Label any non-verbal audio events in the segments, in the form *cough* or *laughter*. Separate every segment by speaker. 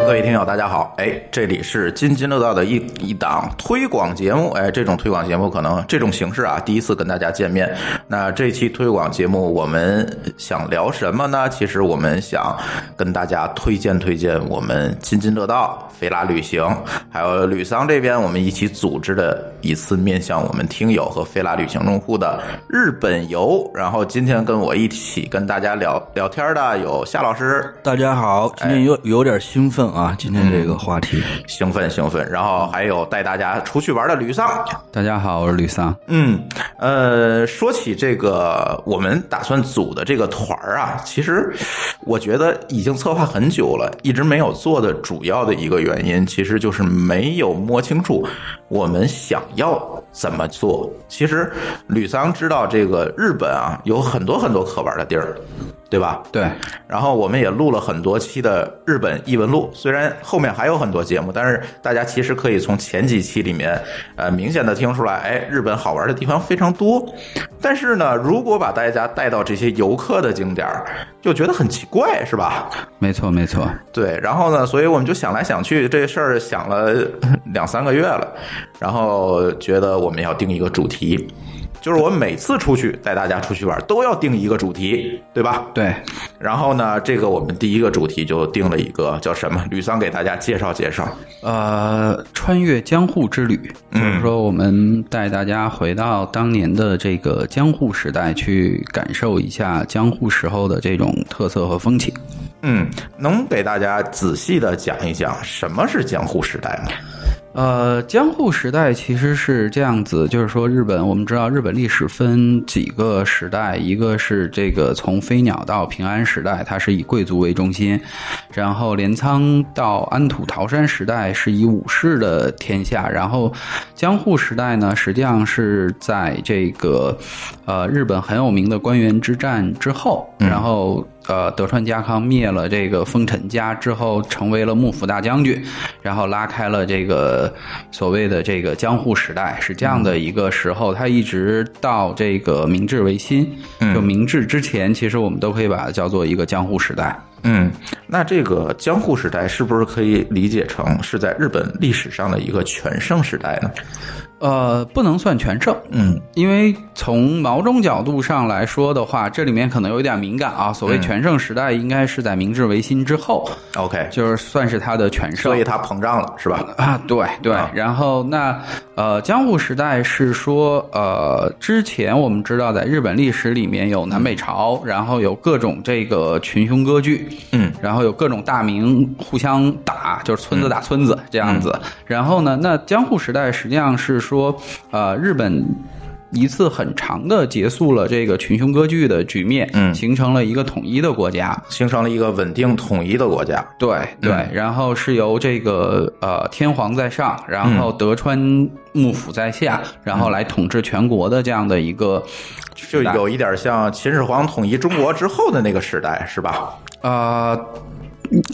Speaker 1: 各位听友，大家好！哎，这里是津津乐道的一一档推广节目。哎，这种推广节目可能这种形式啊，第一次跟大家见面。那这期推广节目我们想聊什么呢？其实我们想跟大家推荐推荐我们津津乐道、菲拉旅行，还有吕桑这边我们一起组织的一次面向我们听友和菲拉旅行用户的日本游。然后今天跟我一起跟大家聊聊天的有夏老师，
Speaker 2: 大家
Speaker 3: 哎
Speaker 2: 好，今天有有点兴奋
Speaker 3: 嗯
Speaker 2: 啊，今天这个话题，
Speaker 1: 兴奋兴奋，然后还有带大家出去玩的吕桑。
Speaker 3: 大家好，我是吕桑。
Speaker 1: 嗯，呃，说起这个，我们打算组的这个团儿啊，其实我觉得已经策划很久了，一直没有做的主要的一个原因，其实就是没有摸清楚我们想要怎么做。其实吕桑知道这个日本啊，有很多很多可玩的地儿，对吧？
Speaker 3: 对，
Speaker 1: 然后我们也录了很多期的日本异闻录，虽然后面还有很多节目，但是大家其实可以从前几期里面，呃，明显的听出来，哎，日本好玩的地方非常多。但是呢，如果把大家带到这些游客的景点儿，就觉得很奇怪，是吧？
Speaker 3: 没错没错。
Speaker 1: 对，然后呢，所以我们就想来想去，这事儿想了两三个月了，然后觉得我们要定一个主题，就是我每次出去带大家出去玩都要定一个主题，对吧？
Speaker 3: 对，
Speaker 1: 然后呢，这个我们第一个主题就定了一个叫什么？ *laughs* 吕桑给大家介绍介绍。
Speaker 3: 呃，穿越江户之旅，
Speaker 2: 嗯
Speaker 3: 就是说我们带大家回到当年的这个江户时代，去感受一下江户时候的这种特色和风情。
Speaker 1: 嗯，能给大家仔细的讲一讲什么是江户时代吗？
Speaker 3: 呃，江户时代其实是这样子，就是说日本，我们知道日本历史分几个时代，一个是这个从飞鸟到平安时代，它是以贵族为中心，然后镰仓到安土桃山时代是以武士的天下，然后江户时代呢，实际上是在这个呃日本很有名的官员之战之后，然后呃，德川家康灭了这个丰臣家之后，成为了幕府大将军，然后拉开了这个所谓的这个江户时代，是这样的一个时候。它一直到这个明治维新，就明治之前，其实我们都可以把它叫做一个江户时代。
Speaker 1: 嗯，那这个江户时代是不是可以理解成是在日本历史上的一个全盛时代呢？
Speaker 3: 呃，不能算全盛，
Speaker 1: 嗯
Speaker 3: 因为从毛中角度上来说的话，这里面可能有点敏感啊。所谓全盛时代，应该是在明治维新之后，
Speaker 1: ，OK，
Speaker 3: 就是算是它的全盛。
Speaker 1: 所以它膨胀了，是吧？
Speaker 3: 啊，对对，然后那呃，江户时代是说呃，之前我们知道在日本历史里面有南北朝，然后有各种这个群雄割据，
Speaker 1: 嗯，
Speaker 3: 然后有各种大名互相打，就是村子打村
Speaker 1: 嗯
Speaker 3: 子这样子。然后呢，那江户时代实际上是说呃，日本。一次很长的结束了这个群雄割据的局面，
Speaker 1: 嗯
Speaker 3: 形成了一个统一的国家。
Speaker 1: 形成了一个稳定统一的国家。
Speaker 3: 对对，
Speaker 2: 嗯
Speaker 3: 然后是由这个呃天皇在上，然后德川幕府在下，
Speaker 2: 嗯
Speaker 3: 然后来统治全国的这样的一个
Speaker 1: 就有一点像秦始皇统一中国之后的那个时代，是吧？
Speaker 3: 呃，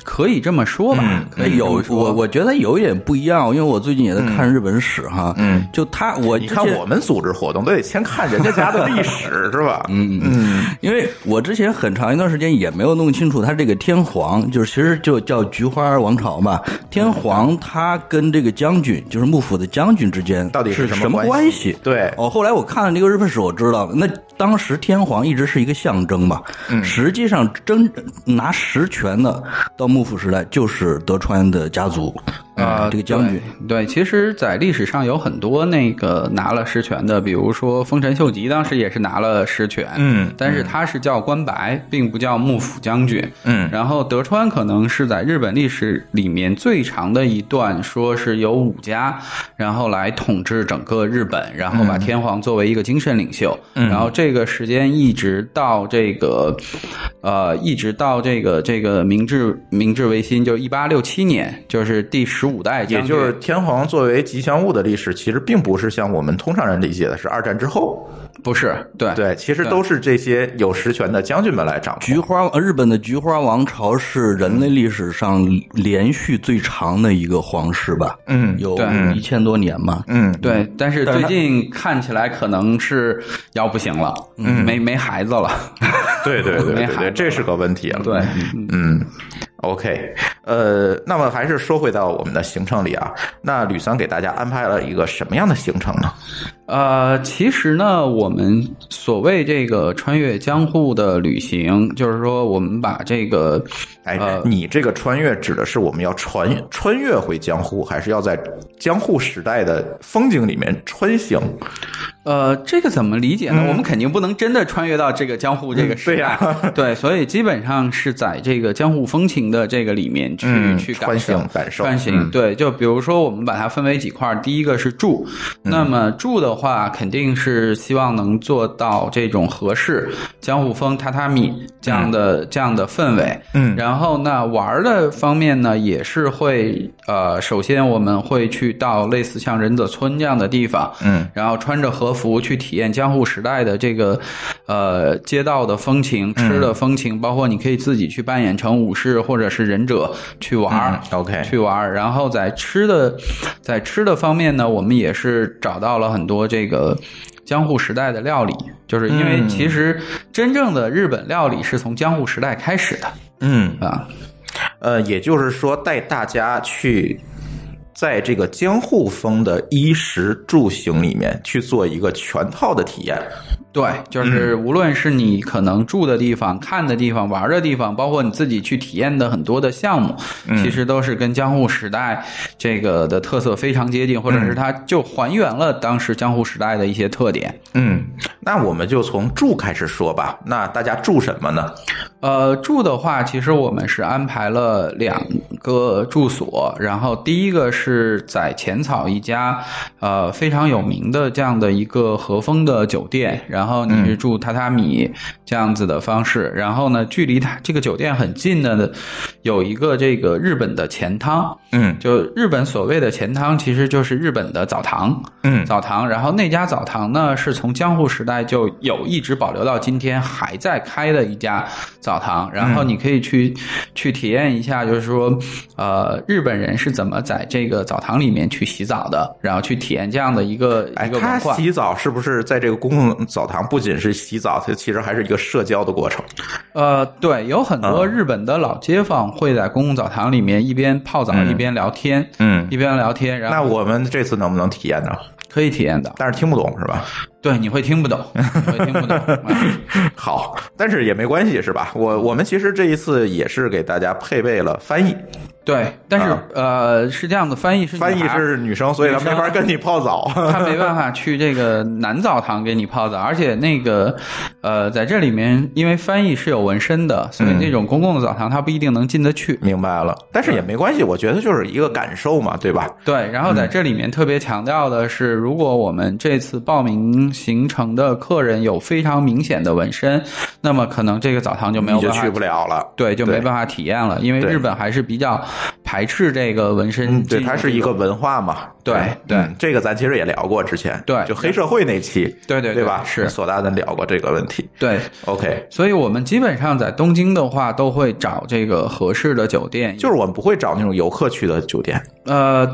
Speaker 3: 可以这么说吧，可
Speaker 2: 那
Speaker 3: 以这么
Speaker 2: 嗯哎有
Speaker 3: 说
Speaker 2: 我我觉得有一点不一样，因为我最近也在看日本史哈，嗯，就他我
Speaker 1: 你
Speaker 2: 之
Speaker 1: 看
Speaker 2: 前
Speaker 1: 我们组织活动都得先看人家家的历史，是吧？嗯
Speaker 2: 因为我之前很长一段时间也没有弄清楚他这个天皇，就是其实就叫菊花王朝嘛。天皇他跟这个将军，就是幕府的将军之间
Speaker 1: 到底
Speaker 2: 是
Speaker 1: 是什么
Speaker 2: 么
Speaker 1: 关系
Speaker 2: 系？
Speaker 1: 对
Speaker 2: 哦，后来我看了这个日本史，我知道了。那当时天皇一直是一个象征嘛，
Speaker 1: 嗯
Speaker 2: 实际上真拿实权的到幕府时代就是德川的家族嗯
Speaker 1: 啊
Speaker 3: 呃，
Speaker 2: 这个将军。
Speaker 3: 对，对其实，在历史上有很多那个拿了实权的，比如说丰臣秀吉，当时也是拿了实权，
Speaker 1: 嗯
Speaker 3: 但是他是叫官白，并不叫幕府将军，嗯。然后德川可能是在日本历史里面最长的一段，说是由武家然后来统治整个日本，然后把天皇作为一个精神领袖，嗯、然后这个时间一直到这个，呃，一直到这个这个明治明治维新，就一八六七年，就是第十五代将
Speaker 1: 也
Speaker 3: 军，
Speaker 1: 就是天皇作为吉祥物的历史，其实并不是像我们通常人理解的是二战之后，
Speaker 3: 不是对
Speaker 1: 对，其实都是这些有实权的将军们来掌
Speaker 2: 菊
Speaker 1: 控。
Speaker 2: 花，呃日本的菊花王朝是人类历史上连续最长的一个皇室吧？
Speaker 1: 嗯
Speaker 2: 有
Speaker 3: 对
Speaker 2: 一千多年嘛。
Speaker 1: 嗯，
Speaker 3: 对，但是
Speaker 2: 但是
Speaker 3: 最
Speaker 2: 他
Speaker 3: 近看起来可能是要不行了，嗯，没没孩子了，
Speaker 1: 对对对对
Speaker 3: 没孩
Speaker 1: 对，
Speaker 3: 子
Speaker 1: 这是个问题了。
Speaker 3: 对，
Speaker 1: 啊嗯，OK，呃，那么还是说回到我们的行程里啊，那吕三给大家安排了一个什么样的行程呢？
Speaker 3: 呃，其实呢，我们所谓这个穿越江户的旅行，就是说我们把这个
Speaker 1: 哎，你这个穿越指的是我们要穿穿越回江户，还是要在江户时代的风景里面穿行？
Speaker 3: 呃，这个怎么理解呢？我们肯定不能真的穿越到这个江户这个时代，
Speaker 1: 嗯
Speaker 3: *laughs* 对，所以基本上是在这个江户风情的这个里面去、
Speaker 1: 嗯
Speaker 3: 去
Speaker 1: 穿
Speaker 3: 感受
Speaker 1: 行感受嗯
Speaker 3: 穿行。对，就比如说我们把它分为几块儿，第一个是住，
Speaker 1: 嗯
Speaker 3: 那么住的话肯定是希望能做到这种合适江户风榻榻米这样的、这样的氛围。
Speaker 1: 嗯
Speaker 3: 然后呢，玩儿的方面呢，也是会呃，首先我们会去到类似像忍者村这样的地方，
Speaker 1: 嗯，
Speaker 3: 然后穿着和服去体验江户时代的这个呃街道的风情、吃的风
Speaker 1: 嗯
Speaker 3: 情，包括你可以自己去扮演成武士或者是忍者去玩儿。
Speaker 1: 嗯 OK，
Speaker 3: 去玩儿，然后在吃的，在吃的方面呢，我们也是找到了很多这个江户时代的料理，就是因
Speaker 1: 嗯
Speaker 3: 为其实真正的日本料理是从江户时代开始的
Speaker 1: 嗯，
Speaker 3: 啊，
Speaker 1: 呃，也就是说带大家去。在这个江户风的衣食住行里面去做一个全套的体验，
Speaker 3: 对，就是无论是你可能住的地方、看的地方、玩的地方，包括你自己去体验的很多的项目，其实都是跟江户时代这个的特色非常接近，或者是它就还原了当时江户时代的一些特点。
Speaker 1: 嗯，那我们就从住开始说吧。那大家住什么呢？
Speaker 3: 呃，住的话，其实我们是安排了两个住所，然后第一个是在浅草一家呃非常有名的这样的一个和风的酒店，然后你是住榻榻米这样子的方式，然后呢，距离它这个酒店很近的有一个这个日本的钱汤，
Speaker 1: 嗯
Speaker 3: 就日本所谓的钱汤，其实就是日本的澡堂，
Speaker 1: 嗯
Speaker 3: 澡堂。然后那家澡堂呢，是从江户时代就有一直保留到今天还在开的一家澡堂。然
Speaker 1: 嗯
Speaker 3: 后你可以去、去体验一下，就是说，呃，日本人是怎么在这个澡堂里面去洗澡的，然后去体验这样的一个、
Speaker 1: 哎，
Speaker 3: 一个文
Speaker 1: 他
Speaker 3: 化。
Speaker 1: 洗澡是不是在这个公共澡堂？不仅是洗澡，它其实还是一个社交的过程。
Speaker 3: 呃，对，有很多
Speaker 1: 嗯
Speaker 3: 日本的老街坊会在公共澡堂里面一边泡澡、
Speaker 1: 嗯
Speaker 3: 一边聊天，
Speaker 1: 嗯，
Speaker 3: 一边聊天，然
Speaker 1: 那
Speaker 3: 后
Speaker 1: 我们这次能不能体验呢？
Speaker 3: 可以体验的。
Speaker 1: 但是听不懂是吧？
Speaker 3: 对，你会听
Speaker 1: *laughs*
Speaker 3: 不懂，你会听不懂。啊
Speaker 1: 好，但是也没关系是吧？我我们其实这一次也是给大家配备了翻译，
Speaker 3: 对，但是、
Speaker 1: 啊
Speaker 3: 呃，是这样的，翻译是女孩
Speaker 1: 翻译是女生，所以她没法跟你泡澡。
Speaker 3: *laughs* 他没办法去这个男澡堂给你
Speaker 1: *laughs*
Speaker 3: 泡澡，而且那个呃，在这里面，因为翻译是有纹身的，所以那种公共的澡堂他不一定能进得去。
Speaker 1: 明白了，但是也没关系，我觉得就是一个感受嘛，对吧？
Speaker 3: 对，然后在这里面特别强调的是，
Speaker 1: 嗯
Speaker 3: 如果我们这次报名行程的客人有非常明显的纹身，那么可能这个澡堂就没有
Speaker 1: 你就
Speaker 3: 办法
Speaker 1: 去不了了。
Speaker 3: 对，就
Speaker 1: 对
Speaker 3: 没办法体验了，因为
Speaker 1: 对
Speaker 3: 日本还是比较排斥这个纹身
Speaker 1: 嗯，对，
Speaker 3: 进入
Speaker 1: 它是一个文化嘛。
Speaker 3: 对对
Speaker 1: 嗯这个咱其实也聊过之前，
Speaker 3: 对
Speaker 1: 就黑社会那期，
Speaker 3: 对对
Speaker 1: 对
Speaker 3: 对
Speaker 1: 吧？
Speaker 3: 是
Speaker 1: 索大咱聊过这个问题。
Speaker 3: 对
Speaker 1: OK，
Speaker 3: 所以我们基本上在东京的话，都会找这个合适的酒店。
Speaker 1: 就是我们不会找那种游客去的酒店。
Speaker 3: 呃，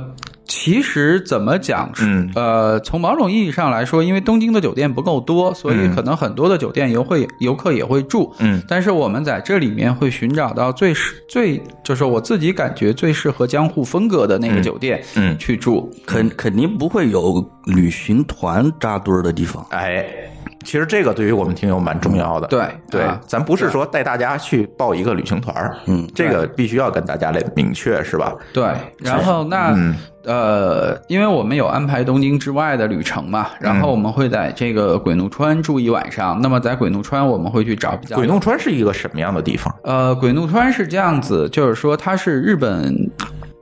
Speaker 3: 其实怎么讲是，
Speaker 1: 嗯
Speaker 3: 呃，从某种意义上来说，因为东京的酒店不够多，所以可能很多的酒店游会游客也会住。
Speaker 1: 嗯
Speaker 3: 但是我们在这里面会寻找到最适最，就是我自己感觉最适合江户风格的那个酒店
Speaker 1: 嗯，
Speaker 3: 去住。
Speaker 2: 肯肯定不会有旅行团扎堆儿的地方。
Speaker 1: 哎，其实这个对于我们听友蛮重要的。
Speaker 3: 对
Speaker 1: 对
Speaker 3: 啊，
Speaker 1: 咱不是说带大家去报一个旅行团儿，嗯，这个必须要跟大家来明确，是吧？
Speaker 3: 对，然后那、
Speaker 1: 嗯
Speaker 3: 呃，因为我们有安排东京之外的旅程嘛，然
Speaker 1: 嗯
Speaker 3: 后我们会在这个鬼怒川住一晚上。那么在鬼怒川，我们会去找比较
Speaker 1: 鬼怒川是一个什么样的地方？
Speaker 3: 呃，鬼怒川是这样子，就是说它是日本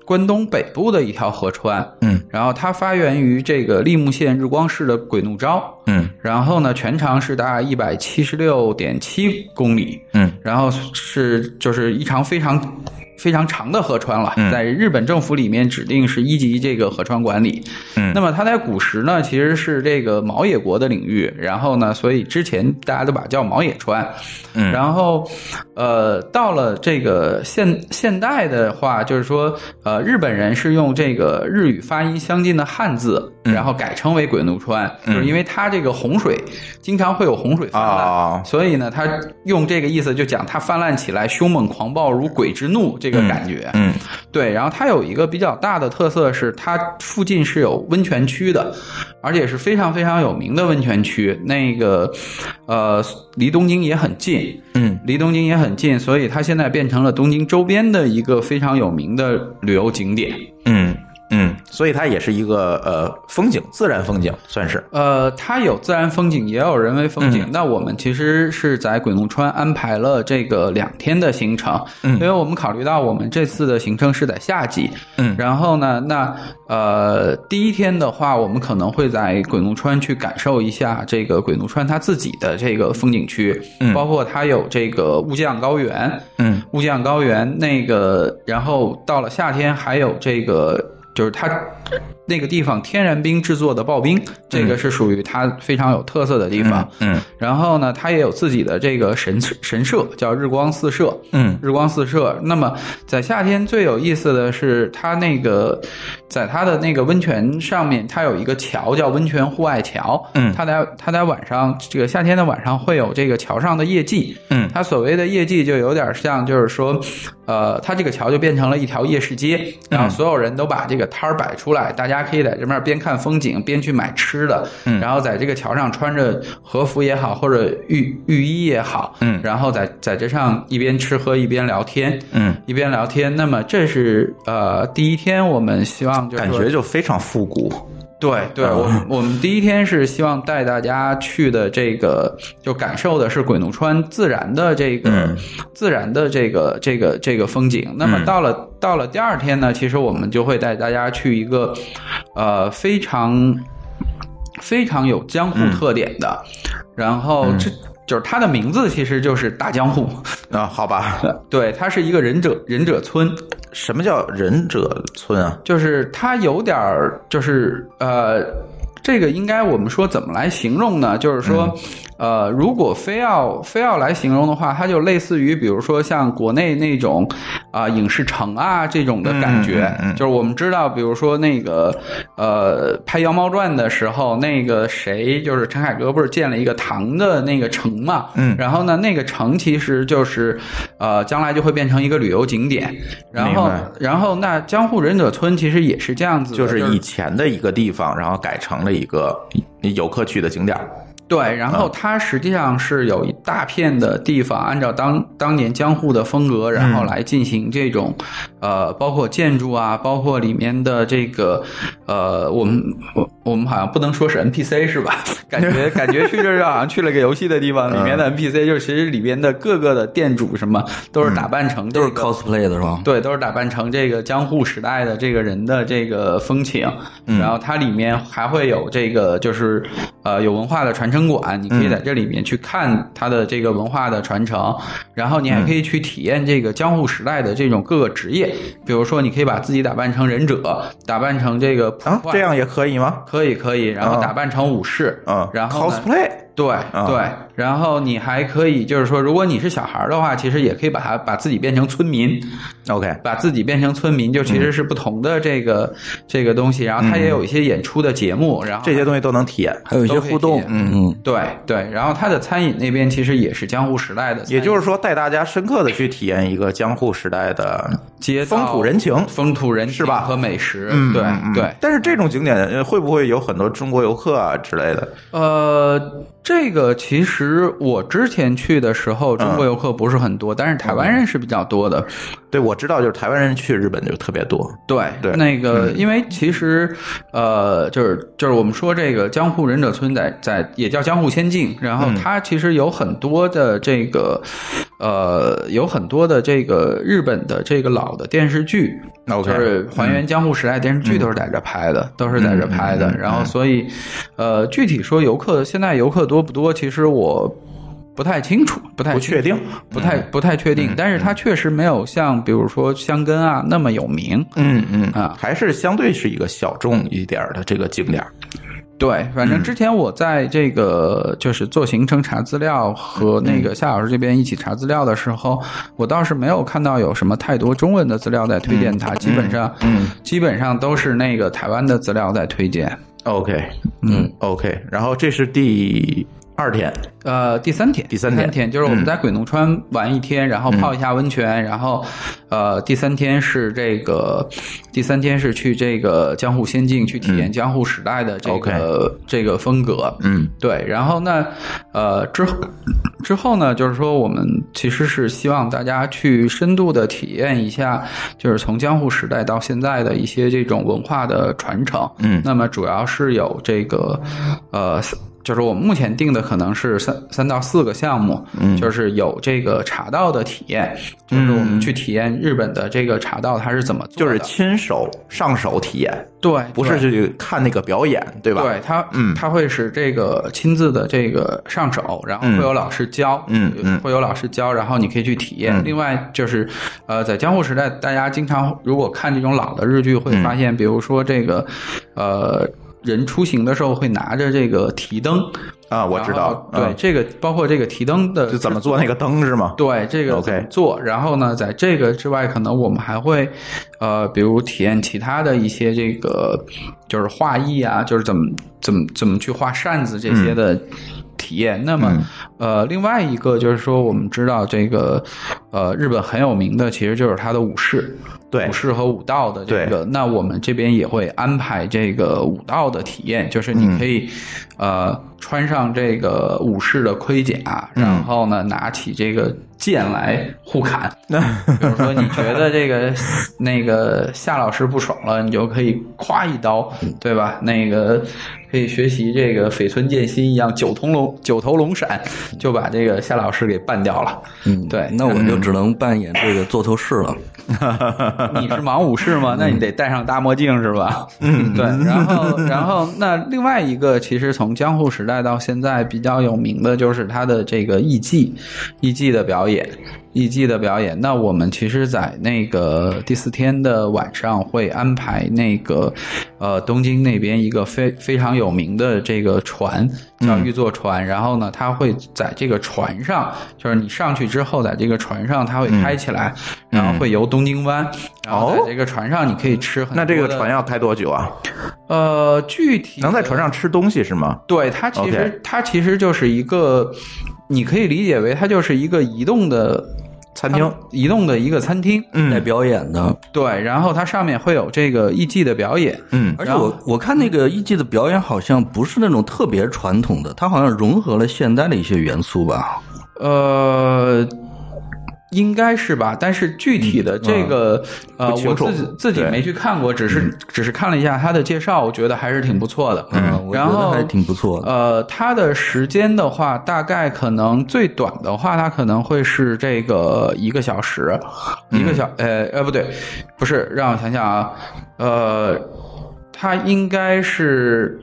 Speaker 3: 关东北部的一条河川，
Speaker 1: 嗯，
Speaker 3: 然后它发源于这个立木县日光市的鬼怒沼，
Speaker 1: 嗯
Speaker 3: 然后呢，全长是大概一百七十六点七公里，
Speaker 1: 嗯，
Speaker 3: 然后是就是一长非常。非常长的河川了，
Speaker 1: 嗯
Speaker 3: 在日本政府里面指定是一级这个河川管理。
Speaker 1: 嗯
Speaker 3: 那么它在古时呢，其实是这个毛野国的领域，然后呢，所以之前大家都把它叫毛野川。
Speaker 1: 嗯
Speaker 3: 然后，呃，到了这个现现代的话，就是说，呃，日本人是用这个日语发音相近的汉字，
Speaker 1: 嗯
Speaker 3: 然后改称为鬼怒川，就是因为它这个洪水经常会有洪水泛滥，
Speaker 1: 啊
Speaker 3: 所以呢，他用这个意思就讲它泛滥起来凶猛狂暴如鬼之怒这这个感觉。
Speaker 1: 嗯，
Speaker 3: 对，然后它有一个比较大的特色是，它附近是有温泉区的，而且是非常非常有名的温泉区。那个，呃，离东京也很近，
Speaker 1: 嗯，
Speaker 3: 离东京也很近，所以它现在变成了东京周边的一个非常有名的旅游景点。
Speaker 1: 嗯嗯，所以它也是一个呃风景，自然风景算是。
Speaker 3: 呃，它有自然风景，也有人为风景。那我们其实是在鬼怒川安排了这个两天的行程，嗯、因为我们考虑到我们这次的行程是在夏季，
Speaker 1: 嗯
Speaker 3: 然后呢，那呃，第一天的话，我们可能会在鬼怒川去感受一下这个鬼怒川它自己的这个风景区，嗯、包括它有这个雾降高原，
Speaker 1: 嗯，
Speaker 3: 雾降高原那个，然后到了夏天还有这个，就是它那个地方天然冰制作的刨冰，这个是属于它非常有特色的地方。
Speaker 1: 嗯
Speaker 3: 然后呢，它也有自己的这个神神社，叫日光四社。
Speaker 1: 嗯
Speaker 3: 日光四射。那么在夏天最有意思的是，它那个在它的那个温泉上面，它有一个桥叫温泉户外桥。
Speaker 1: 嗯
Speaker 3: 它在它在晚上这个夏天的晚上会有这个桥上的夜祭。
Speaker 1: 嗯
Speaker 3: 它所谓的夜祭就有点像，就是说，呃，它这个桥就变成了一条夜市街，然
Speaker 1: 嗯
Speaker 3: 后所有人都把这个摊儿摆出来，大家可以在这面边看风景边去买吃的，
Speaker 1: 嗯
Speaker 3: 然后在这个桥上穿着和服也好，或者浴浴衣也好，
Speaker 1: 嗯
Speaker 3: 然后在在这上一边吃喝一边聊天，
Speaker 1: 嗯，
Speaker 3: 一边聊天。那么这是呃第一天，我们希望就是
Speaker 1: 感
Speaker 3: 说
Speaker 1: 觉就非常复古。
Speaker 3: 对对，我们我们第一天是希望带大家去的这个，就感受的是鬼怒川自然的这个、
Speaker 1: 嗯
Speaker 3: 自然的这个这个这个风景。那么到了、到了第二天呢，其实我们就会带大家去一个呃非常非常有江户特点的，然后这。就是它的名字其实就是大江户，
Speaker 1: 啊，好吧，
Speaker 3: *laughs* 对，它是一个忍者忍者村，
Speaker 1: 什么叫忍者村啊？
Speaker 3: 就是它有点儿，就是呃，这个应该我们说怎么来形容呢？就是说，
Speaker 1: 嗯
Speaker 3: 呃，如果非要非要来形容的话，它就类似于比如说像国内那种啊、影视城啊这种的感觉。
Speaker 1: 嗯嗯嗯
Speaker 3: 就是我们知道，比如说那个呃拍《妖猫传》的时候，那个谁就是陈凯歌不是建了一个唐的那个城嘛？
Speaker 1: 嗯
Speaker 3: 然后呢，那个城其实就是呃将来就会变成一个旅游景点。然
Speaker 1: 明
Speaker 3: 后
Speaker 1: 白
Speaker 3: 然后那江户忍者村其实也是这样子的，
Speaker 1: 就是以前的一个地方，然后改成了一个游客去的景点儿。
Speaker 3: 对，然
Speaker 1: 啊
Speaker 3: 后它实际上是有一大片的地方，按照当当年江户的风格，然后来进行这种，呃，包括建筑啊，包括里面的这个，呃，我们我我们好像不能说是 NPC 是吧？ *laughs* 感
Speaker 1: *laughs*
Speaker 3: 觉感觉去这儿就好像去了个游戏的地方，里面
Speaker 1: 嗯
Speaker 3: 的 NPC 就是其实里边的各个的店主什么都是打扮
Speaker 1: 嗯
Speaker 3: 成这
Speaker 2: 都
Speaker 3: 个、
Speaker 2: 是 cosplay 的是吧？
Speaker 3: 对，都是打扮成这个江户时代的这个人的这个风情，
Speaker 1: 嗯
Speaker 3: 然后它里面还会有这个就是呃有文化的传承馆，你可
Speaker 1: 嗯
Speaker 3: 以在这里面去看它的这个文化的传承，然后你
Speaker 1: 嗯
Speaker 3: 还可以去体验这个江户时代的这种各个职业，比如说你可以把自己打扮成忍者，打扮成这个
Speaker 1: 啊，
Speaker 3: 普
Speaker 1: 这样也哦可以吗？
Speaker 3: 可以可以，然后打扮成武士，
Speaker 1: 嗯，
Speaker 3: 然后呢
Speaker 1: cosplay，
Speaker 3: 对
Speaker 1: 啊
Speaker 3: 对，然后你还可以就是说，如果你是小孩儿的话，其实也可以把它把自己变成村民，
Speaker 1: OK，
Speaker 3: 把自己变成村民，就
Speaker 1: 嗯
Speaker 3: 其实是不同的这个、这个东西。然后它也有一些演出的节目，然后
Speaker 1: 嗯这些东西都能体验。
Speaker 2: 还有一些
Speaker 3: 都可以
Speaker 2: 互动
Speaker 3: 体，验
Speaker 2: 嗯嗯，
Speaker 3: 对对。然后它的餐饮那边其实也是江户时代的餐饮，
Speaker 1: 也就是说，带大家深刻的去体验一个江户时代的
Speaker 3: 街道
Speaker 1: 风土人情。
Speaker 3: 风土人情
Speaker 1: 是吧
Speaker 3: 和美食，
Speaker 1: 嗯
Speaker 3: 对
Speaker 1: 嗯嗯
Speaker 3: 对。
Speaker 1: 但是这种景点呃会不会有很多中国游客啊之类的？
Speaker 3: 呃，这个其实我之前去的时
Speaker 1: 嗯
Speaker 3: 候，中国游客不是很多，但是台湾人是比较多的。
Speaker 1: 对，我知道，就是台湾人去日本就特别多。
Speaker 3: 对
Speaker 1: 对嗯
Speaker 3: 那个，因为其实，呃，就是就是我们说这个江户忍者村在在也叫江户仙境，然
Speaker 1: 嗯
Speaker 3: 后它其实有很多的这个，呃，有很多的这个日本的这个老的电视剧，
Speaker 1: OK，嗯
Speaker 3: 就是还原江户时代电视剧都是在这拍的，都是在这拍
Speaker 1: 嗯
Speaker 3: 的。然后所以，呃，具体说游客现在游客多不多，其实我。不太清楚，不太
Speaker 1: 不
Speaker 3: 清楚
Speaker 1: 确定，嗯
Speaker 3: 不太不太确定，但是它确实没有像比如说香根啊那么有名，
Speaker 1: 嗯嗯
Speaker 3: 啊
Speaker 1: 还是相对是一个小众一点儿的这个景点儿。
Speaker 3: 对，反
Speaker 1: 嗯
Speaker 3: 正之前我在这个就是做行程查资料和那
Speaker 1: 嗯
Speaker 3: 个夏老师这边一起查资料的时候，我倒是没有看到有什么太多中文的资料在推荐它，基本上，嗯，基本上都是那个台湾的资料在推荐。
Speaker 1: 嗯 OK，嗯，OK，然后这是第二天，
Speaker 3: 呃，第三天，
Speaker 1: 第三天嗯
Speaker 3: 就是我们在鬼怒川玩一天，然后泡一下温泉，然后呃，第三天是这个，第三天是去这个江户仙境去体验江户时代的这个、这个风格，
Speaker 1: 嗯，
Speaker 3: 对。然后呢，呃，之后之后呢，就是说我们其实是希望大家去深度的体验一下，就是从江户时代到现在的一些这种文化的传承，
Speaker 1: 嗯
Speaker 3: 那么主要是有这个呃。就是我们目前定的可能是三三到四个项目，嗯，就是有这个茶道的体验，就是我们去体验日本的这个茶道它是怎么做
Speaker 1: 嗯就是
Speaker 3: 的，
Speaker 1: 亲手上手体验，
Speaker 3: 对，
Speaker 1: 不是去看那个表演，对吧？
Speaker 3: 对他，
Speaker 1: 嗯
Speaker 3: 他会使这个亲自的这个上手，然后会有老师教，呃
Speaker 1: 嗯嗯
Speaker 3: 会有老师教，然后你可以去体验。另外就是，呃，在江户时代，大家经常如果看这种老的日剧，会
Speaker 1: 嗯
Speaker 3: 发现，比如说这个，呃。人出行的时候会拿着这个提灯，
Speaker 1: 啊，我知
Speaker 3: 然
Speaker 1: 道
Speaker 3: 后，对、
Speaker 1: 嗯，
Speaker 3: 这个，包括这个提灯的
Speaker 1: 就怎么做那个灯是吗？
Speaker 3: 对这个
Speaker 1: OK
Speaker 3: 怎么做。然后呢，在这个之外，可能我们还会，呃，比如体验其他的一些这个，就是画艺啊，就是怎么怎么怎么去画扇子这
Speaker 1: 嗯
Speaker 3: 些的体验。那么，呃，另外一个就是说，我们知道这个，呃，日本很有名的其实就是它的武士，
Speaker 1: 对
Speaker 3: 武士和武道的
Speaker 1: 对
Speaker 3: 这个。那我们这边也会安排这个武道的体验，就是你可以、
Speaker 1: 嗯
Speaker 3: 呃穿上这个武士的盔甲，然后呢拿起这个剑来互砍。
Speaker 1: 嗯 *laughs*
Speaker 3: 比如说你觉得这个那个夏老师不爽了，你就可以夸一刀，
Speaker 1: 嗯
Speaker 3: 对吧？那个。可以学习这个绯村剑心一样九头龙九头龙闪，就把这个夏老师给办掉了。嗯，对，
Speaker 2: 那我就只能扮演这个座头市了。
Speaker 3: 你是盲武士吗？那你得戴上大墨镜是吧？嗯， *laughs* 对。然后，然后那另外一个，其实从江户时代到现在比较有名的就是他的这个艺伎，艺伎的表演，艺伎的表演。那我们其实，在那个第四天的晚上会安排那个呃东京那边一个非非常有名的这个船叫玉座船，然后呢，它会在这个船上，就是你上去之后，在这个船上它会开起来，
Speaker 1: 嗯
Speaker 3: 然后会游东京湾，然后在这个船上你可以吃
Speaker 1: 哦
Speaker 3: 很多
Speaker 1: 那这个
Speaker 3: 的
Speaker 1: 船要开多久啊？
Speaker 3: 呃具体
Speaker 1: 能在
Speaker 3: 的
Speaker 1: 船上吃东西是吗？
Speaker 3: 对它其
Speaker 1: OK
Speaker 3: 实它其实就是一个，你可以理解为它就是一个移动的
Speaker 1: 餐厅，
Speaker 3: 移动的一个餐厅。
Speaker 1: 嗯
Speaker 2: 在表演的，
Speaker 3: 对，然后它上面会有这个艺伎的表演，
Speaker 1: 嗯
Speaker 2: 而且我我看那个艺伎的表演好像不是那种特别传统的，它好像融合了现代的一些元素吧。
Speaker 3: 呃，应该是吧，但是具体
Speaker 2: 嗯
Speaker 3: 的这个、呃，
Speaker 1: 不清
Speaker 3: 我
Speaker 1: 楚
Speaker 3: 自己自己
Speaker 1: 对
Speaker 3: 没去看过，只是、只是看了一下他的介绍，我觉得还是挺不错的。
Speaker 2: 嗯，我
Speaker 3: 然
Speaker 2: 觉得
Speaker 3: 后
Speaker 2: 还挺不错的。
Speaker 3: 呃，它的时间的话，大概可能最短的话，它可能会是这个一个小时，
Speaker 1: 嗯
Speaker 3: 一个小呃呃不对，不是，让我想想啊，呃，它应该是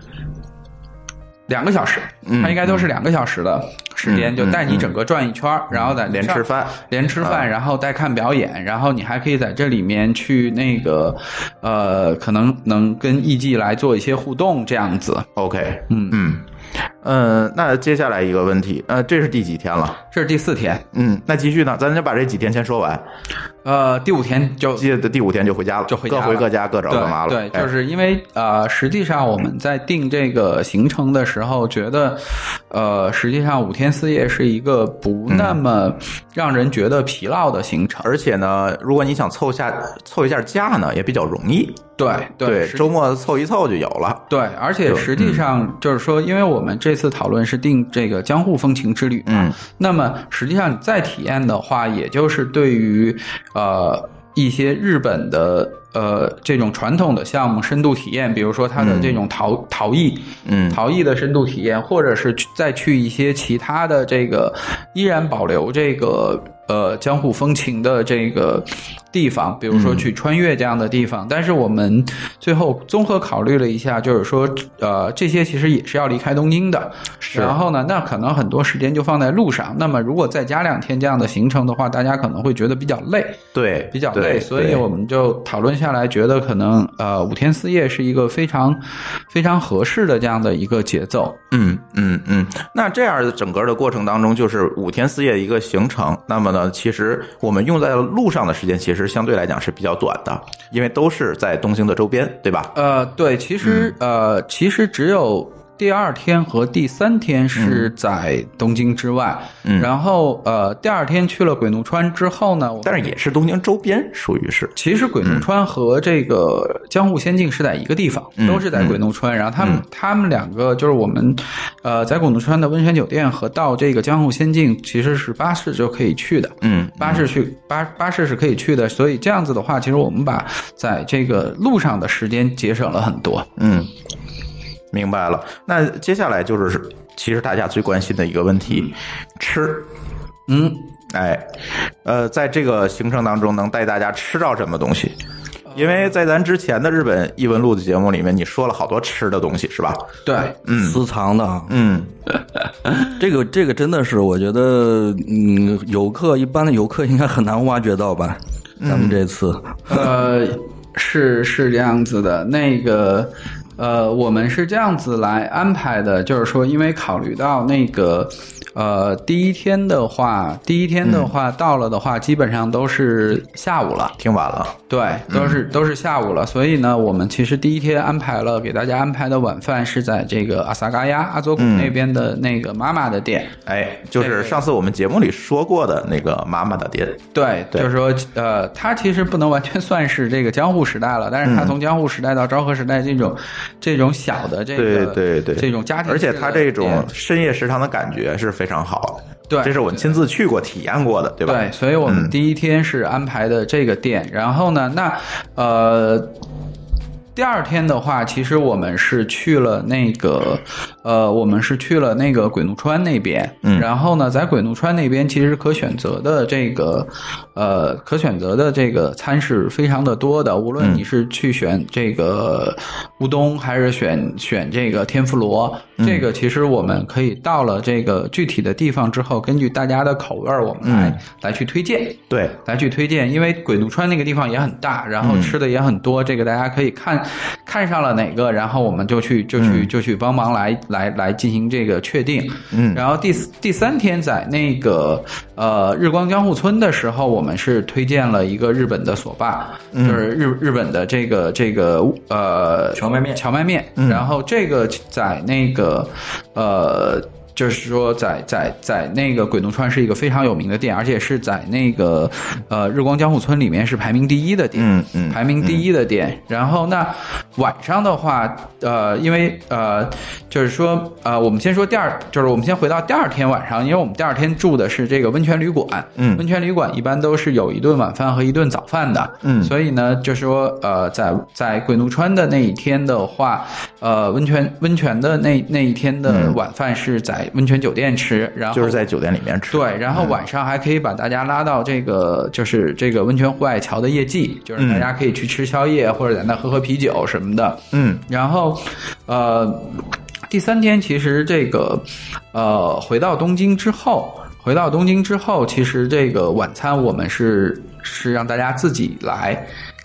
Speaker 3: 两个小时，
Speaker 1: 嗯
Speaker 3: 它应该都是两个小时的时间，就带你整个转一圈儿，然后再
Speaker 1: 连吃饭，啊
Speaker 3: 连吃饭，然后再看表演，然后你还可以在这里面去那个呃，可能能跟艺伎来做一些互动这样子。
Speaker 1: OK，嗯嗯。嗯，那接下来一个问题，呃，这是第几天了？
Speaker 3: 这是第四天，
Speaker 1: 嗯，那继续呢？咱就把这几天先说完，
Speaker 3: 呃，第五天就
Speaker 1: 接着第五天就回家了，
Speaker 3: 就回家
Speaker 1: 各
Speaker 3: 了
Speaker 1: 回各家，各找各妈了。
Speaker 3: 对，对，
Speaker 1: 哎
Speaker 3: 就是因为呃，实际上我们在定这个行程的时候，觉得呃，实际上五天四夜是一个不那么让人觉得疲劳的行程。
Speaker 1: 而且呢，如果你想凑下凑一下假呢，也比较容易。
Speaker 3: 对啊
Speaker 1: 对，
Speaker 3: 实
Speaker 1: 周末凑一凑就有了。
Speaker 3: 对，而且实际上就是说，因为我们这次讨论是定这个江户风情之旅嘛，
Speaker 1: 嗯
Speaker 3: 那么实际上你再体验的话，也就是对于呃一些日本的呃这种传统的项目深度体验，比如说它的这种陶、陶艺，
Speaker 1: 嗯
Speaker 3: 陶艺的深度体验，或者是去再去一些其他的这个依然保留这个呃江户风情的这个地方，比如说去穿越这样的地方。但是我们最后综合考虑了一下，就是说呃这些其实也是要离开东京的，
Speaker 1: 是
Speaker 3: 然后呢，那可能很多时间就放在路上。那么如果再加两天这样的行程的话，大家可能会觉得比较累。
Speaker 1: 对，
Speaker 3: 比较
Speaker 1: 对
Speaker 3: 累，所以
Speaker 1: 对
Speaker 3: 我们就讨论下来，觉得可能呃五天四夜是一个非常非常合适的这样的一个节奏。
Speaker 1: 嗯嗯嗯，那这样的整个的过程当中，就是五天四夜一个行程。那么呢，其实我们用在路上的时间，其实相对来讲是比较短的，因为都是在东京的周边，对吧？嗯
Speaker 3: 呃，对，其实、呃其实只有。第二天和第三天
Speaker 1: 嗯
Speaker 3: 是在东京之外，然后呃，第二天去了鬼怒川之后呢，我
Speaker 1: 但嗯是也是东京周边，属于是
Speaker 3: 其实鬼怒川和这个江户仙境是在一个地方，
Speaker 1: 嗯
Speaker 3: 都是在鬼怒川。然后他们、他们两个就是我们，呃，在鬼怒川的温泉酒店和到这个江户仙境其实是巴士就可以去的，
Speaker 1: 嗯，
Speaker 3: 巴士去巴巴士是可以去的。所以这样子的话，其实我们把在这个路上的时间节省了很多。
Speaker 1: 嗯，明白了。那接下来就是，其实大家最关心的一个问题，吃。
Speaker 3: 嗯，
Speaker 1: 哎，呃，在这个行程当中能带大家吃到什么东西？因为在咱之前的日本异闻录的节目里面，你说了好多吃的东西，是吧？
Speaker 3: 对，
Speaker 2: 私藏的啊，
Speaker 1: 嗯，
Speaker 2: 这个这个真的是，我觉得，嗯，游客一般的游客应该很难挖掘到吧？咱们这次，
Speaker 3: 呃，是是这样子的，那个。呃，我们是这样子来安排的，就是说，因为考虑到那个，呃，第一天的话，第一天的话、到了的话，基本上都是下午了，
Speaker 1: 听完了，
Speaker 3: 对，
Speaker 1: 嗯
Speaker 3: 都是、都是下午了，所以呢，我们其实第一天安排了给大家安排的晚饭是在这个阿萨嘎呀阿佐谷
Speaker 1: 嗯
Speaker 3: 那边的那个妈妈的店，
Speaker 1: 哎，就是上次我们节目里说过的那个妈妈的店，
Speaker 3: 对，
Speaker 1: 对
Speaker 3: 就是说，呃，它其实不能完全算是这个江户时代了，但
Speaker 1: 嗯
Speaker 3: 是它从江户时代到昭和时代这种、这种小的这
Speaker 1: 对
Speaker 3: 个
Speaker 1: 对对，
Speaker 3: 这种家庭
Speaker 1: 而
Speaker 3: 式的
Speaker 1: 且
Speaker 3: 店，
Speaker 1: 它这种深夜食堂的感觉是非常好的。
Speaker 3: 对
Speaker 1: 这是我亲自去过、体验过的，对吧？嗯
Speaker 3: 对，所以我们第一天是安排的这个店，然后呢，那呃。第二天的话，其实我们是去了那个，呃，我们是去了那个鬼怒川那边。嗯，然后呢，在鬼怒川那边，其实可选择的这个，呃，可选择的这个餐是非常的多的。无论你是去选这个乌冬，还是选选这个天妇罗，这个其实我们可以到了这个具体的地方之后，根据大家的口味儿，我们来、来去推荐。
Speaker 1: 对，
Speaker 3: 来去推荐，因为鬼怒川那个地方也很大，然后吃的也很多，这个大家可以看看上了哪个，然后我们就去就去就去帮忙来来来进行这个确定。嗯，然后第四第三天在那个呃日光江户村的时候，我们是推荐了一个日本的索霸，就是日日本的这个这个呃
Speaker 2: 荞麦面
Speaker 3: 荞麦面，
Speaker 1: 嗯
Speaker 3: 然后这个在那个呃。就是说在，在在那个鬼怒川是一个非常有名的店，而且是在那个呃日光江户村里面是排名第一的店，
Speaker 1: 嗯嗯
Speaker 3: 排名第一的店。然后那晚上的话，呃，因为呃，就是说呃，我们先说第二，就是我们先回到第二天晚上，因为我们第二天住的是这个温泉旅馆，
Speaker 1: 嗯
Speaker 3: 温泉旅馆一般都是有一顿晚饭和一顿早饭的，
Speaker 1: 嗯
Speaker 3: 所以呢，就是说呃，在在鬼怒川的那一天的话，呃，温泉温泉的那那一天的晚饭是在温泉酒店吃，然后
Speaker 1: 就是嗯在酒店里面吃。
Speaker 3: 对，然后晚上还可以把大家拉到这个就是这个温泉户外桥的夜祭，就是大家可以去吃宵夜或者在那喝喝啤酒什么的。
Speaker 1: 嗯，
Speaker 3: 然后，呃，第三天其实这个，呃，回到东京之后，回到东京之后，其实这个晚餐我们是是让大家自己来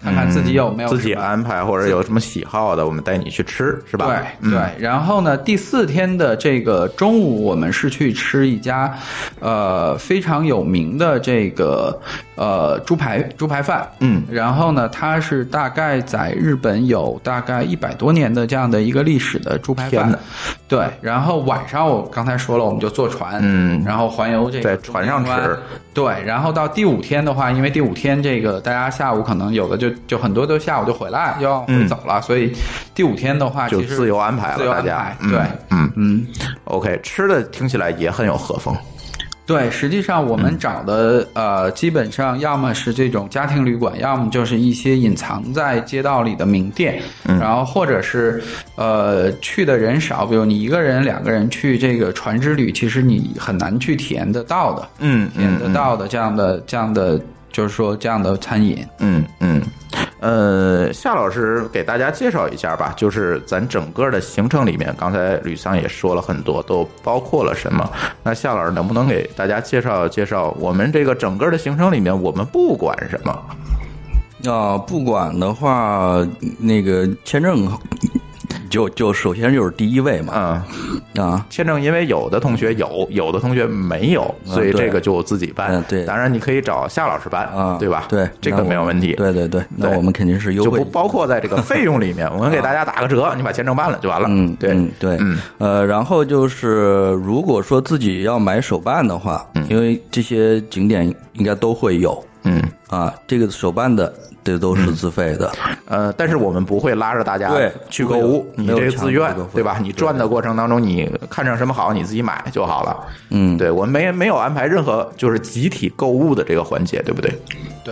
Speaker 3: 看看自己有没有
Speaker 1: 自己
Speaker 3: 什么
Speaker 1: 安排或者有什么喜好的，我们带你去吃，是吧？嗯
Speaker 3: 对对，然后呢，第四天的这个中午，我们是去吃一家，呃，非常有名的这个呃猪排猪排饭。
Speaker 1: 嗯，
Speaker 3: 然后呢，它是大概在日本有大概一百多年的这样的一个历史的猪排
Speaker 1: 天
Speaker 3: 饭
Speaker 1: 哪。
Speaker 3: 对，然后晚上我刚才说了，我们就坐船，
Speaker 1: 嗯
Speaker 3: 然后环游这个
Speaker 1: 在
Speaker 3: 中
Speaker 1: 船上
Speaker 3: 间湾
Speaker 1: 吃。
Speaker 3: 对，然后到第五天的话，因为第五天这个大家下午可能有的就就很多都下午就回来，就要回走了，所以第五天的话
Speaker 1: 嗯就
Speaker 3: 其实
Speaker 1: 自由安排
Speaker 3: 自
Speaker 1: 了，
Speaker 3: 由
Speaker 1: 大
Speaker 3: 安
Speaker 1: 家
Speaker 3: 排。，
Speaker 1: 嗯
Speaker 3: 对。
Speaker 1: 嗯
Speaker 3: 嗯，
Speaker 1: ，OK，吃的听起来也很有和风。
Speaker 3: 对，实际上我
Speaker 1: 嗯
Speaker 3: 们找的、呃，基本上要么是这种家庭旅馆，要么就是一些隐藏在街道里的名店，
Speaker 1: 嗯
Speaker 3: 然后或者是呃去的人少，比如你一个人、两个人去这个船之旅，其实你很难去体验得到的，
Speaker 1: 嗯
Speaker 3: 体验得到的这样的、这样的，就是说这样的餐饮。
Speaker 1: 嗯嗯，呃，夏老师给大家介绍一下吧，就是咱整个的行程里面，刚才吕桑也说了很多，都包括了什么？那夏老师能不能给大家介绍介绍我们这个整个的行程里面，我们不管什么？
Speaker 2: 啊，不管的话，那个签证就就首先就是第一位嘛，
Speaker 1: 嗯，
Speaker 2: 啊，
Speaker 1: 签证因为有的同学有，有的同学没有，所以
Speaker 2: 嗯对
Speaker 1: 这个就自己办。
Speaker 2: 嗯对
Speaker 1: 当然你可以找夏老师办，
Speaker 2: 啊，
Speaker 1: 对吧？
Speaker 2: 对，
Speaker 1: 这
Speaker 2: 那
Speaker 1: 个
Speaker 2: 我
Speaker 1: 没有问题。
Speaker 2: 对对对，那
Speaker 1: 对
Speaker 2: 我们肯定是优
Speaker 1: 就
Speaker 2: 惠
Speaker 1: 不包括在这个费用里
Speaker 2: *laughs*
Speaker 1: 面，我们给大家打个折，你把签证办了就完了。
Speaker 2: 嗯，
Speaker 1: 对，
Speaker 2: 嗯对，
Speaker 1: 嗯
Speaker 2: 呃，然后就是如果说自己要买手办的话，因为这些景点应该都会有
Speaker 1: 嗯，
Speaker 2: 啊，这个手办的这都是自费的，
Speaker 1: 呃，但是我们不会拉着大家
Speaker 2: 对
Speaker 1: 去
Speaker 2: 不
Speaker 1: 购
Speaker 2: 会有
Speaker 1: 物，你
Speaker 2: 没有
Speaker 1: 这个
Speaker 2: 强
Speaker 1: 自
Speaker 2: 制
Speaker 1: 愿
Speaker 2: 购物
Speaker 1: 对吧？你赚的过程当中，你看上什么好，你自己买就好了。嗯，对，我们没没有安排任何就是集体购物的这个环节，对不对？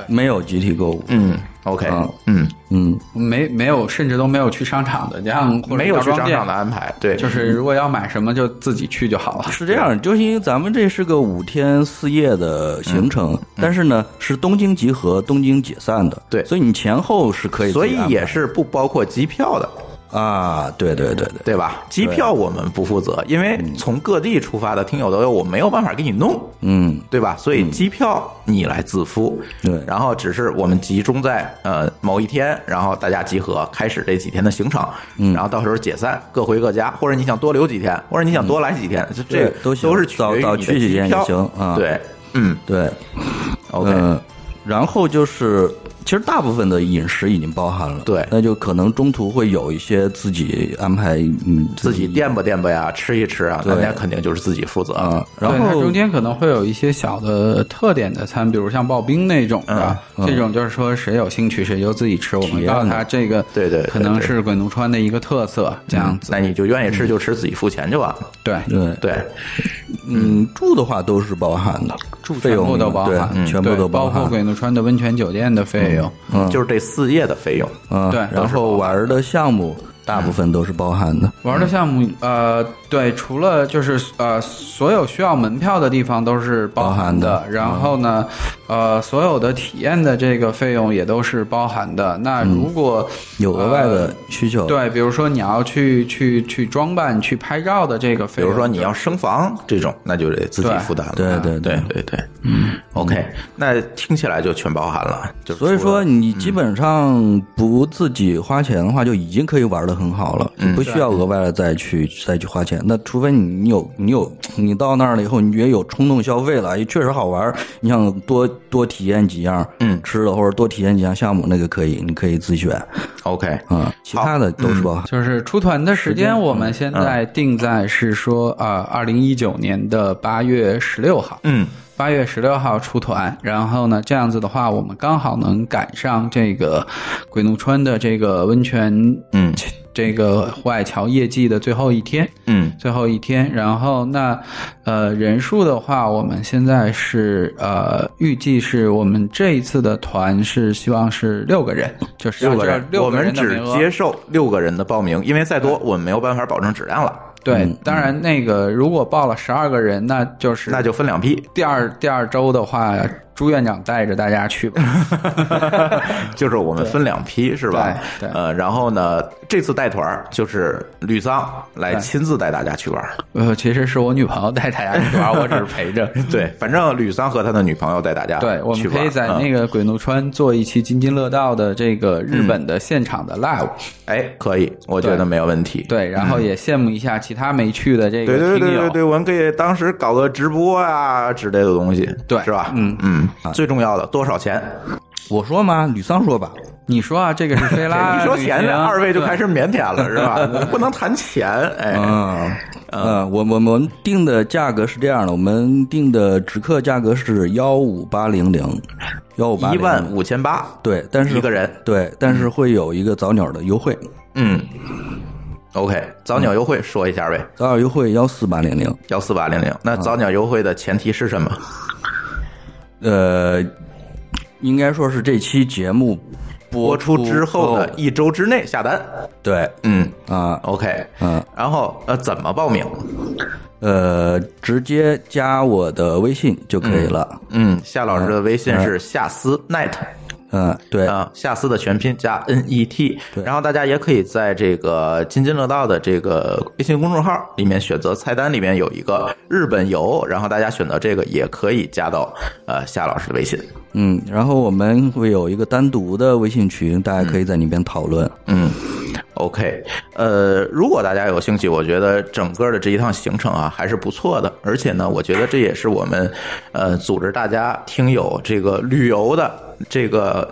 Speaker 2: 没有集体购物。
Speaker 1: 嗯，OK，
Speaker 2: 啊
Speaker 1: 嗯，
Speaker 2: 嗯，
Speaker 3: 没没有，甚至都没有去商场的，这样或者
Speaker 1: 没有去
Speaker 3: 药妆
Speaker 1: 商
Speaker 3: 店
Speaker 1: 场的，安排，对，
Speaker 3: 就是如果要买什么就自己去就好了。
Speaker 2: 是这样，就是因为咱们这是个五天四夜的
Speaker 1: 嗯
Speaker 2: 行程，但是呢是东京集合、东京解散的，
Speaker 1: 对
Speaker 2: 所以你前后是可以自
Speaker 1: 所
Speaker 2: 己
Speaker 1: 以
Speaker 2: 安排，
Speaker 1: 也是不包括机票的。
Speaker 2: 啊，对对对对，
Speaker 1: 对吧？机票我们不负责，因为从各地出发的听友都有，我没有办法给你弄，
Speaker 2: 嗯，
Speaker 1: 对吧？所以机票你来自付，
Speaker 2: 对
Speaker 1: 然后只是我们集中在呃某一天，然后大家集合开始这几天的行程，
Speaker 2: 嗯
Speaker 1: 然后到时候解散，各回各家，或者你想多留几天，或者你想多来几天，就这
Speaker 2: 嗯对都行
Speaker 1: 都是取决于
Speaker 2: 早早
Speaker 1: 你的
Speaker 2: 去几
Speaker 1: 机
Speaker 2: 天也
Speaker 1: 票
Speaker 2: 行啊
Speaker 1: 对，嗯
Speaker 2: 对，
Speaker 1: ，OK，
Speaker 2: 嗯，然后就是，其实大部分的饮食已经包含了，
Speaker 1: 对
Speaker 2: 那就可能中途会有一些自己安排，嗯，
Speaker 1: 自己垫吧垫吧呀，吃一吃啊，
Speaker 2: 对
Speaker 1: 大家肯定就是自己负责
Speaker 2: 啊，然
Speaker 3: 对它
Speaker 2: 后
Speaker 3: 中间可能会有一些小的特点的餐，比如像刨冰那种的，这种就是说谁有兴趣谁就自己吃，我们
Speaker 2: 验
Speaker 3: 告诉
Speaker 2: 的
Speaker 3: 他这个
Speaker 1: 对对对
Speaker 3: 可能
Speaker 1: 对嗯
Speaker 3: 是鬼怒川的一个特色，这样子
Speaker 1: 那你就愿意吃就吃，自己付钱就完了。
Speaker 3: 对。
Speaker 2: 对，
Speaker 1: 对，
Speaker 2: 嗯，住的话都是包含的，住
Speaker 3: 全部都包含，嗯
Speaker 2: 对，全部
Speaker 3: 对
Speaker 2: 都
Speaker 3: 包
Speaker 2: 含
Speaker 3: 括。鬼怒川的温泉酒店的费用。
Speaker 1: 就是这四夜的费用。
Speaker 2: 嗯，
Speaker 3: 对
Speaker 2: 然后玩的项目大部分都是包含的，
Speaker 3: 玩的项目，呃，对，除了就是呃，所有需要门票的地方都是包含的，然后呢，呃，所有的体验的这个费用也都是包含的。那如果、
Speaker 2: 有额外
Speaker 1: 呃
Speaker 2: 的需求。
Speaker 3: 对，比如说你要去去去装扮、去拍照的这个费
Speaker 1: 比
Speaker 3: 用，
Speaker 1: 如说你要升房这种，那就得自己
Speaker 3: 对
Speaker 1: 负担了。
Speaker 2: 对对
Speaker 1: 啊对对对，嗯，OK，那听起来就全包含了。就是嗯
Speaker 2: 所以说，你基本上不自己花钱的话，就已经可以玩的很好了，
Speaker 1: 嗯
Speaker 2: 不需要额外的再去再去花钱。那除非你你有你有你到那儿了以后，你觉得有冲动消费了，也确实好玩，你想多多体验几样，嗯，吃的或者多体验几样项目，那个可以，你可以自选
Speaker 1: OK，
Speaker 2: 啊。其他的都
Speaker 1: 嗯
Speaker 2: 是包含。
Speaker 3: 就是出团的时间，嗯我们现在定在是说啊，二零一九年的八月十六号，
Speaker 1: 嗯，
Speaker 3: 八月十六号出团。然后呢，这样子的话，我们刚好能赶上这个鬼怒川的这个温泉，
Speaker 1: 嗯，
Speaker 3: 这个户外桥夜季的最后一天，
Speaker 1: 嗯
Speaker 3: 最后一天。然后那呃人数的话，我们现在是呃预计是我们这一次的团是希望是六个人，就是
Speaker 1: 六
Speaker 3: 按
Speaker 1: 个
Speaker 3: 照
Speaker 1: 人，
Speaker 3: 六
Speaker 1: 我
Speaker 3: 个
Speaker 1: 们
Speaker 3: 人的
Speaker 1: 只
Speaker 3: 名额
Speaker 1: 接受六个人的报名，因为再多我们没有办法保证质量了，
Speaker 3: 对，当然那个如果报了十二个人，那就是
Speaker 1: 嗯那就分两批，
Speaker 3: 第二第二周的话，朱院长带着大家去
Speaker 1: *laughs*
Speaker 3: 吧。
Speaker 1: 就是我们分两批是吧？
Speaker 3: 对对
Speaker 1: 呃，然后呢，这次带团儿就是吕桑来亲自带大家去玩儿。
Speaker 3: 呃，其实是我女朋友带大家去
Speaker 1: *laughs*
Speaker 3: 玩，我只是陪着。
Speaker 1: 对，反正吕桑和他的女朋友带大家
Speaker 3: 对，我们
Speaker 1: 去
Speaker 3: 可以
Speaker 1: 玩
Speaker 3: 在
Speaker 1: 嗯
Speaker 3: 那个鬼怒川做一期津津乐道的这个日本的现场的 live，、
Speaker 1: 哎，可以，我觉得
Speaker 3: 对
Speaker 1: 没有问题。
Speaker 3: 对，然后也羡慕一下其他没去的这个
Speaker 1: 嗯对
Speaker 3: 听
Speaker 1: 对
Speaker 3: 友。
Speaker 1: 对对对，我们可以当时搞个直播啊之类的东西，
Speaker 3: 对
Speaker 1: 是吧？嗯嗯，最重要的多少钱？
Speaker 2: 我说嘛，吕桑说吧，
Speaker 3: 你说啊，这个是
Speaker 1: *laughs*
Speaker 3: 菲拉
Speaker 1: 一说钱，
Speaker 3: 旅行
Speaker 1: 二位就开始腼腆了，是吧？不能谈钱，哎，
Speaker 2: 嗯，呃，我我们定的价格是这样的，我们定的直客价格是幺五八零零，幺五八
Speaker 1: 一万五千八，
Speaker 2: 对，但是
Speaker 1: 一个人
Speaker 2: 对，但是会有一个早鸟的优惠，
Speaker 1: 嗯。OK，早鸟优惠说一下呗，
Speaker 2: 早鸟优惠幺四八零零，
Speaker 1: 幺四八零零。那早鸟优惠的前提是什么？
Speaker 2: 呃，应该说是这期节目
Speaker 1: 播出之后的
Speaker 2: 后
Speaker 1: 一周之内下单。
Speaker 2: 对
Speaker 1: 嗯
Speaker 2: 啊
Speaker 1: ，OK，
Speaker 2: 嗯，
Speaker 1: 然后呃，怎么报名？
Speaker 2: 呃，直接加我的微信就可以了，
Speaker 1: 嗯，夏老师的微信是夏思 night
Speaker 2: 嗯，对，
Speaker 1: 啊，夏思的全拼加 N E T。
Speaker 2: 对
Speaker 1: 然后大家也可以在这个津津乐道的这个微信公众号里面选择菜单里面有一个日本游，然后大家选择这个也可以加到呃夏老师的微信。
Speaker 2: 嗯，然后我们会有一个单独的微信群，大家可以在里边讨论。
Speaker 1: 嗯，OK，呃，如果大家有兴趣，我觉得整个的这一趟行程啊还是不错的，而且呢，我觉得这也是我们呃组织大家听友这个旅游的这个。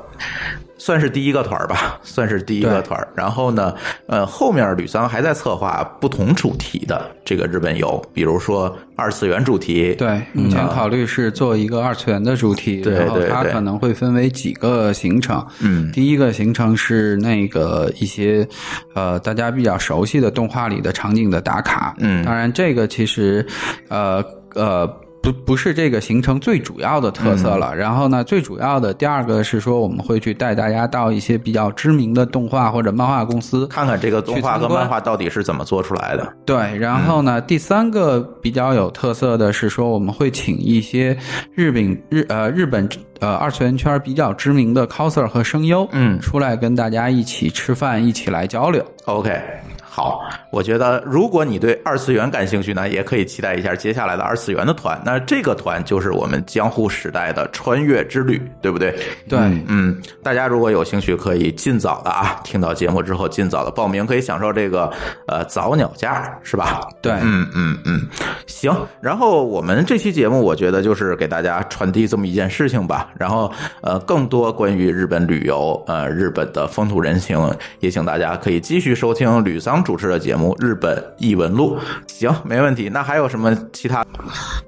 Speaker 1: 算是第一个团儿吧，算是第一个团儿。然后呢，呃，后面吕桑还在策划不同主题的这个日本游，比如说二次元主题，
Speaker 3: 对，目前考虑是做一个二次元的主题，
Speaker 1: 对
Speaker 3: 然后
Speaker 1: 嗯对
Speaker 3: 它
Speaker 1: 对
Speaker 3: 可能会分为几个行程。
Speaker 1: 嗯
Speaker 3: 第一个行程是那个一些呃大家比较熟悉的动画里的场景的打卡。
Speaker 1: 嗯
Speaker 3: 当然这个其实呃呃。不不是这个行程最主要的特色
Speaker 1: 嗯
Speaker 3: 了。然后呢，最主要的第二个是说，我们会去带大家到一些比较知名的动画或者漫画公司，
Speaker 1: 看看这个动画
Speaker 3: 去参
Speaker 1: 和
Speaker 3: 观
Speaker 1: 漫画到底是怎么做出来的。
Speaker 3: 对，然后
Speaker 1: 嗯
Speaker 3: 呢，第三个比较有特色的是说，我们会请一些日本日呃日本呃二次元圈比较知名的 coser 和声优，
Speaker 1: 嗯
Speaker 3: 出来跟大家一起吃饭，一起来交流。
Speaker 1: OK，好，我觉得如果你对二次元感兴趣呢，也可以期待一下接下来的二次元的团。那这个团就是我们江户时代的穿越之旅，对不对？
Speaker 3: 对，
Speaker 1: 嗯，大家如果有兴趣，可以尽早的啊，听到节目之后尽早的报名，可以享受这个呃早鸟价，是吧？
Speaker 3: 对
Speaker 1: 嗯嗯嗯，行。然后我们这期节目，我觉得就是给大家传递这么一件事情吧。然后呃，更多关于日本旅游，呃，日本的风土人情，也请大家可以继续收听吕桑主持的节目《日本异闻录》。行，没问题。那还有什么其他？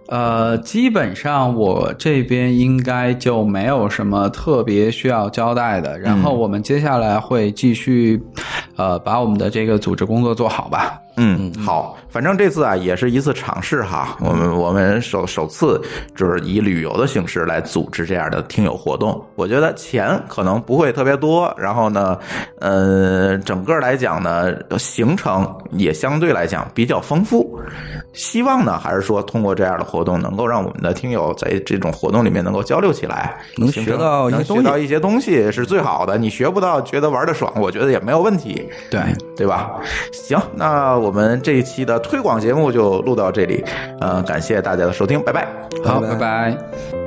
Speaker 3: 呃，基本上我这边应该就没有什么特别需要交代的。然后我们接下来会继续，呃，把我们的这个组织工作做好吧。
Speaker 1: 嗯，好，反正这次啊也是一次尝试哈，
Speaker 2: 嗯
Speaker 1: 我们我们首首次就是以旅游的形式来组织这样的听友活动，我觉得钱可能不会特别多，然后呢，呃，整个来讲呢，行程也相对来讲比较丰富，希望呢还是说通过这样的活动，能够让我们的听友在这种活动里面能够交流起来，
Speaker 2: 能
Speaker 1: 形成
Speaker 2: 学到一些
Speaker 1: 能学
Speaker 2: 东西
Speaker 1: 到一些东西是最好的，你学不到觉得玩的爽，我觉得也没有问题。
Speaker 3: 对，
Speaker 1: 对吧？行，那我们这一期的推广节目就录到这里，呃，感谢大家的收听，拜拜。
Speaker 3: 好，
Speaker 2: 拜拜
Speaker 3: 拜拜